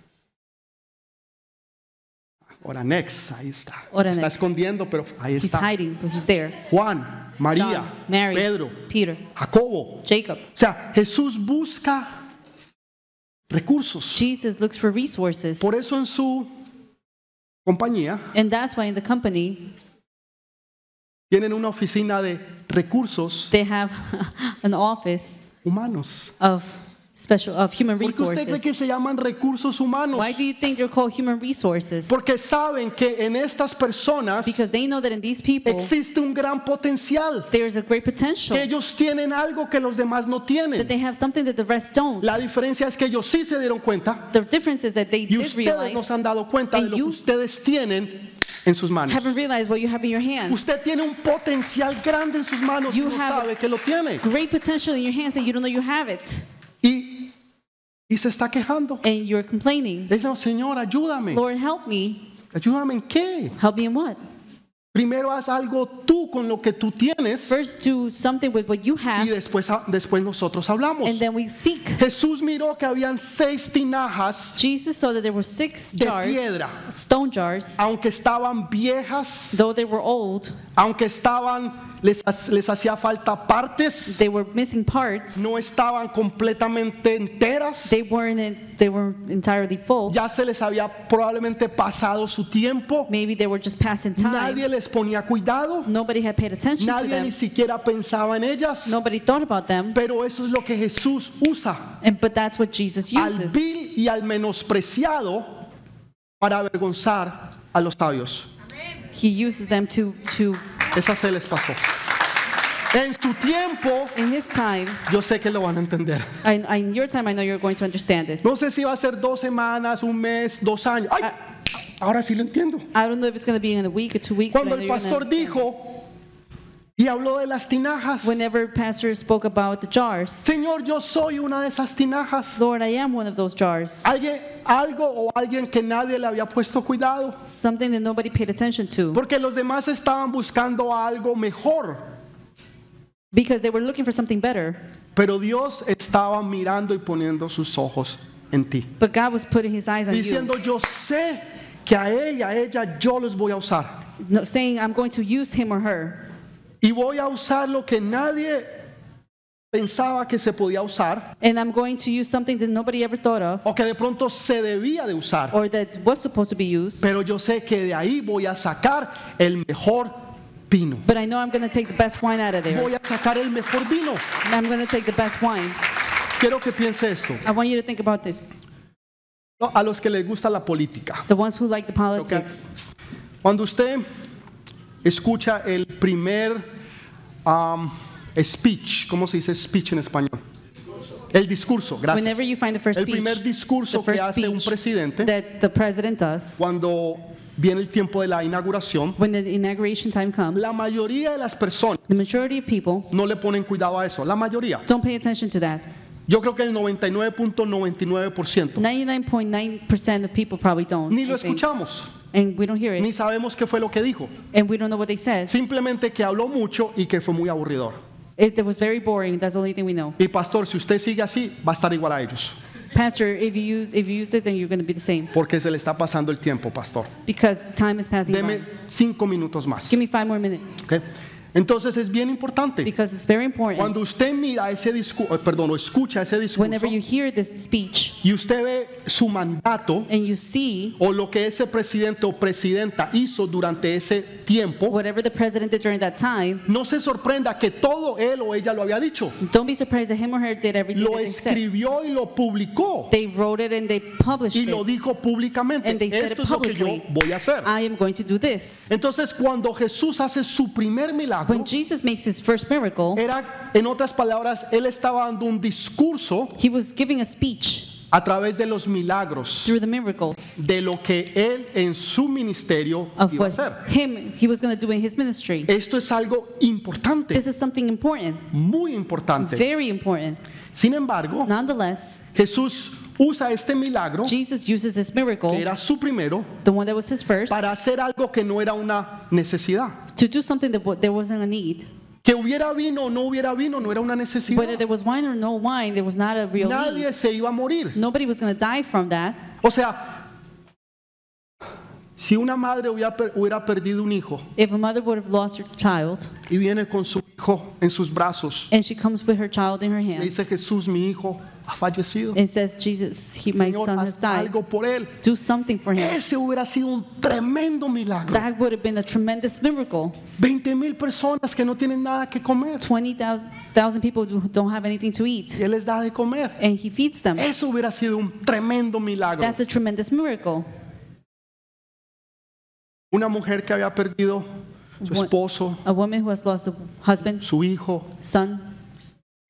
Ahora, next, ahí está. Se
Ahora,
está
next.
escondiendo, pero ahí
He's
está.
hiding, but he's there.
Juan, María,
John, Mary,
Pedro,
Peter,
Jacobo.
Jacob.
O sea, Jesús busca recursos.
Jesus looks for resources.
Por eso en su compañía
And that's why in the company
tienen una oficina de recursos
they have an office
humanos.
of special of human
¿Por qué usted cree que
resources.
se llaman recursos humanos?
Why do you think they're called human resources?
Porque saben que en estas personas
Because they know that in these people
existe un gran potencial,
there's a great potential
que ellos tienen algo que los demás no
that
tienen.
they have something that the rest don't.
La diferencia es que ellos sí se dieron cuenta
The difference is that they
y
did
ustedes no se
realize
han dado cuenta de
and
lo que
you
ustedes tienen en sus manos.
haven't realized what you have in your hands.
Usted tiene un potencial grande en sus manos y
You
no
have-
sabe que lo tiene.
Great potential in your hands and you don't know you have it.
Y, y se está quejando.
And you're complaining.
Le dice, "No, Señor, ayúdame.
Lord, help me.
¿Ayúdame en qué?
Help me in what?
Primero haz algo tú con lo que tú tienes
First do something with what you
y
have
después, después nosotros hablamos.
and then we speak.
Jesús miró que habían seis tinajas,
Jesus saw that there were six
De
jars,
piedra.
stone jars,
aunque estaban viejas,
though they were old,
aunque estaban, les, ha- les hacía falta partes,
they were missing parts.
no estaban completamente enteras,
They weren't in, they were entirely full.
ya se les había probablemente pasado su tiempo,
Maybe they were just passing time.
nadie les ponía cuidado,
Nobody had paid attention to
nadie
them.
ni siquiera pensaba en ellas,
Nobody thought about them.
pero eso es lo que Jesús usa,
And but that's what Jesus
al
uses.
vil y al menospreciado para avergonzar a los sabios.
He uses them to to
Esa se les pasó. En su tiempo,
in his time.
yo sé que lo van a entender.
I, I, in your time, I know you're going to understand it.
No sé si va a ser dos semanas, un mes, dos años. ¡Ay!
Ah.
Ahora sí lo entiendo.
I don't know if it's going to be in a week or two weeks. but I
Cuando el
know you're gonna
pastor
understand.
dijo y habló de las tinajas,
Whenever pastor spoke about the jars,
Señor, yo soy una de esas tinajas.
Lord, I am one of those jars.
Alguien, algo o alguien que nadie le había puesto cuidado.
Something that nobody paid attention to
Porque los demás estaban buscando algo mejor.
because they were looking for something better.
Pero Dios estaba mirando y poniendo sus ojos en ti.
But God was putting His eyes on you,
diciendo yo sé que a él y a ella yo los voy a usar
no- saying, "I'm going to use him or her,
y voy a usar lo que nadie pensaba que se podía usar
and I'm going to use something that nobody ever thought of
o que de pronto se debía de usar
or that was supposed to be used."
pero yo sé que de ahí voy a sacar el mejor vino
But I know I'm going to take the best wine out of there.
voy a sacar el mejor vino
And I'm going to take the best wine.
quiero que piense esto
I want you to think about this.
¿no? a los que les gusta la política
The ones who like the politics.
cuando usted escucha el primer um, speech cómo se dice speech en español el discurso gracias
Whenever you find the first
El
speech,
primer discurso
the first
que hace un
speech
presidente
that the president does
cuando viene el tiempo de la inauguración,
when the inauguration time comes,
la mayoría de las personas
the majority of people
no le ponen cuidado a eso, la mayoría.
don't pay attention to that.
Yo creo que el 99.99%
99.9% of people probably don't.
ni lo
I think.
escuchamos,
And we don't hear it.
ni sabemos qué fue lo que dijo.
And we don't know what they said.
Simplemente que habló mucho y que fue muy aburridor.
It, it was very boring. That's the only thing we know.
Y pastor, si usted sigue así, va a estar igual a ellos,
Pastor, if you use if you use it, then you're going to be the same
porque se le está pasando el tiempo, pastor.
because time is passing
Deme
by.
cinco minutos más.
Give me five more minutes
¿ok? Entonces es bien importante.
because it's very important.
Cuando usted mira ese discurso, perdón, o escucha ese
Whenever
discurso,
you hear this speech
y usted ve su mandato
and you see
o lo que ese presidente o presidenta hizo durante ese tiempo,
whatever the president did during that time,
no se sorprenda que todo él o ella lo había dicho.
don't be surprised that him or her did everything
Lo
that they said.
escribió y lo publicó
They wrote it and they published
y lo
it.
dijo públicamente.
And they said it
Esto es lo que yo
publicly.
voy a hacer.
I am going to do this.
Entonces, cuando Jesús hace su primer milagro,
When Jesus makes his first miracle,
era, en otras palabras, él estaba dando un discurso
he was giving a speech
a través de los milagros,
through the miracles
de lo que él en su ministerio
of
iba a
what
hacer.
him he was going to do in his ministry.
Esto es algo importante.
This is something important,
muy importante.
very important.
Sin embargo,
Nonetheless,
Jesús usa este milagro,
Jesus uses this miracle,
que era su primero,
the one that was his first,
para hacer algo que no era una necesidad.
to do something that wa- there wasn't a need.
Que hubiera vino o no hubiera vino, no era una necesidad.
Whether there was wine or no wine, there was not a real need.
Nadie se iba a morir.
Nobody was going to die from that.
O sea, si una madre hubiera, per- hubiera perdido un hijo
If a mother would have lost her child
y viene con su hijo en sus brazos,
and she comes with her child in her
le dice
hands
Jesús, mi hijo ha fallecido.
and says, Jesus, he, my
Señor,
son has
haz
died,
algo por él.
do something for him.
Ese hubiera sido un tremendo milagro.
That would have been a tremendous miracle.
20 mil personas que no tienen nada que comer
20,000 people who don't have anything to
y
eat
él les da de comer.
and he feeds them.
Eso hubiera sido un tremendo milagro.
That's a tremendous miracle.
Una mujer que había perdido su
What-
esposo,
A woman who has lost a husband,
su hijo,
son,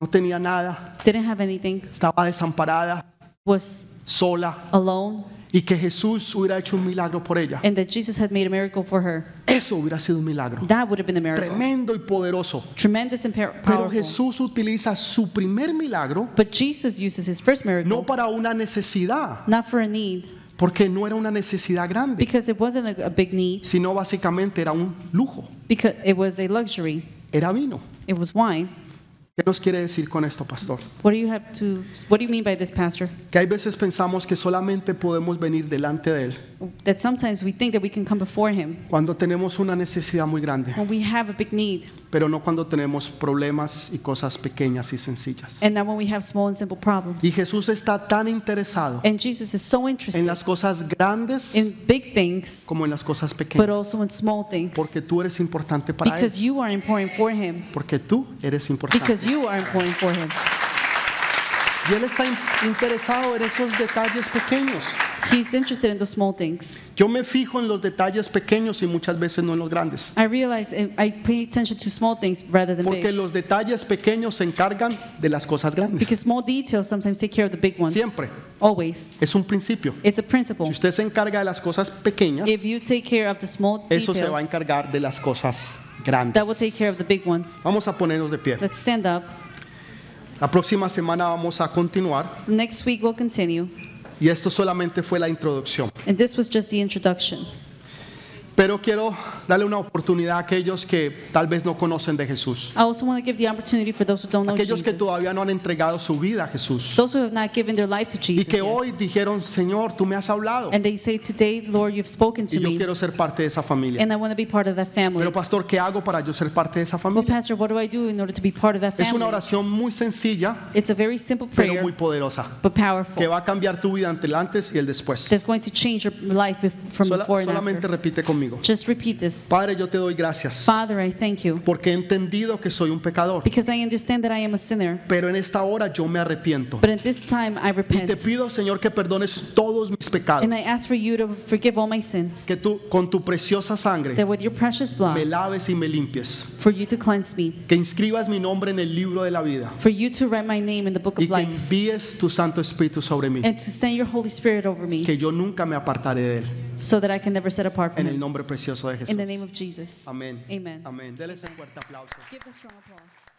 no tenía nada,
didn't have anything,
estaba desamparada,
was
sola,
alone,
y que Jesús hubiera hecho un milagro por ella.
and that Jesus had made a miracle for her.
Eso hubiera sido un milagro.
That would have been a miracle.
Tremendo y poderoso.
Tremendous and pow-
Pero
powerful.
Jesús utiliza su primer milagro
But Jesus uses his first
no
miracle
para una necesidad,
not for a need,
porque no era una necesidad grande,
because it wasn't a, a big need,
sino básicamente era un lujo,
because it was a luxury.
era vino.
It was wine.
¿Qué nos quiere decir con esto, pastor?
What do you have to? What do you mean by this, Pastor?
Que hay veces pensamos que solamente podemos venir delante de Él
That sometimes we think that we can come before Him
cuando tenemos una necesidad muy grande,
when we have a big need,
pero no cuando tenemos problemas y cosas pequeñas y sencillas.
and not when we have small and simple problems.
Y Jesús está tan interesado
And Jesus is so interested
en las cosas grandes
in big things,
como en las cosas pequeñas.
but also in small things,
Porque tú eres importante para Él.
because you are important for Him.
Porque tú eres importante.
Because you are important for Him.
Y Él está in- interesado en esos detalles pequeños.
He's interested in those small things.
Yo me fijo en los detalles pequeños y muchas veces no en los grandes.
I realize and I pay attention to small things rather than
Porque
big.
los detalles pequeños se encargan de las cosas grandes.
Because small details sometimes take care of the big ones.
Siempre.
Always.
Es un principio.
It's a
Si
principle.
usted se encarga de las cosas pequeñas,
If you take care of the small
eso se va a
details,
encargar de las cosas
that will take
grandes.
care of the big ones.
Vamos a ponernos de pie.
Let's stand up.
La próxima semana vamos a continuar
Next week we'll continue.
y esto solamente fue la introducción.
And this was just the introduction.
Pero quiero darle una oportunidad a aquellos que tal vez no conocen de Jesús,
I also want to give the opportunity for those who don't know
aquellos que
Jesus.
todavía no han entregado su vida a Jesús
Those who have not given their life to
y
Jesus.
que
yet.
hoy dijeron, Señor, tú me has hablado
And they say, Today, Lord, you've spoken
y
to
yo
me,
quiero ser parte de esa familia.
and I want to be part of that family.
Pero pastor, ¿qué hago para yo ser parte de esa
Well,
familia?
Pastor, what do I do in order to be part of that
Es una
family?
oración muy sencilla,
It's a very simple
pero
prayer,
muy poderosa,
but
que
powerful.
va a cambiar tu vida ante el antes y el después.
That's going to change your life bef- from
Sola-
before and
solamente
after.
repite conmigo.
Just repeat this.
Padre, yo te doy gracias
Father, I thank you
porque he entendido que soy un pecador,
because I understand that I am a sinner,
pero en esta hora yo me arrepiento.
but at this time I
Y te
repent.
pido, Señor, que perdones todos mis pecados,
And I ask for you to forgive all my sins,
que tú con tu preciosa sangre
that with your precious
me
blood,
laves y me limpies,
for you to cleanse me,
que inscribas mi nombre en el libro de la vida
for you to write my name in the book
y
of
que
life,
envíes tu Santo Espíritu sobre mí,
and to send your Holy Spirit over me
que yo nunca me apartaré de él,
so that I can never set apart from
en el
him.
nombre precioso de
In
Jesús.
the name of Jesus.
Amén.
Amen.
Amén. Dele ese fuerte aplauso.
Give a strong applause.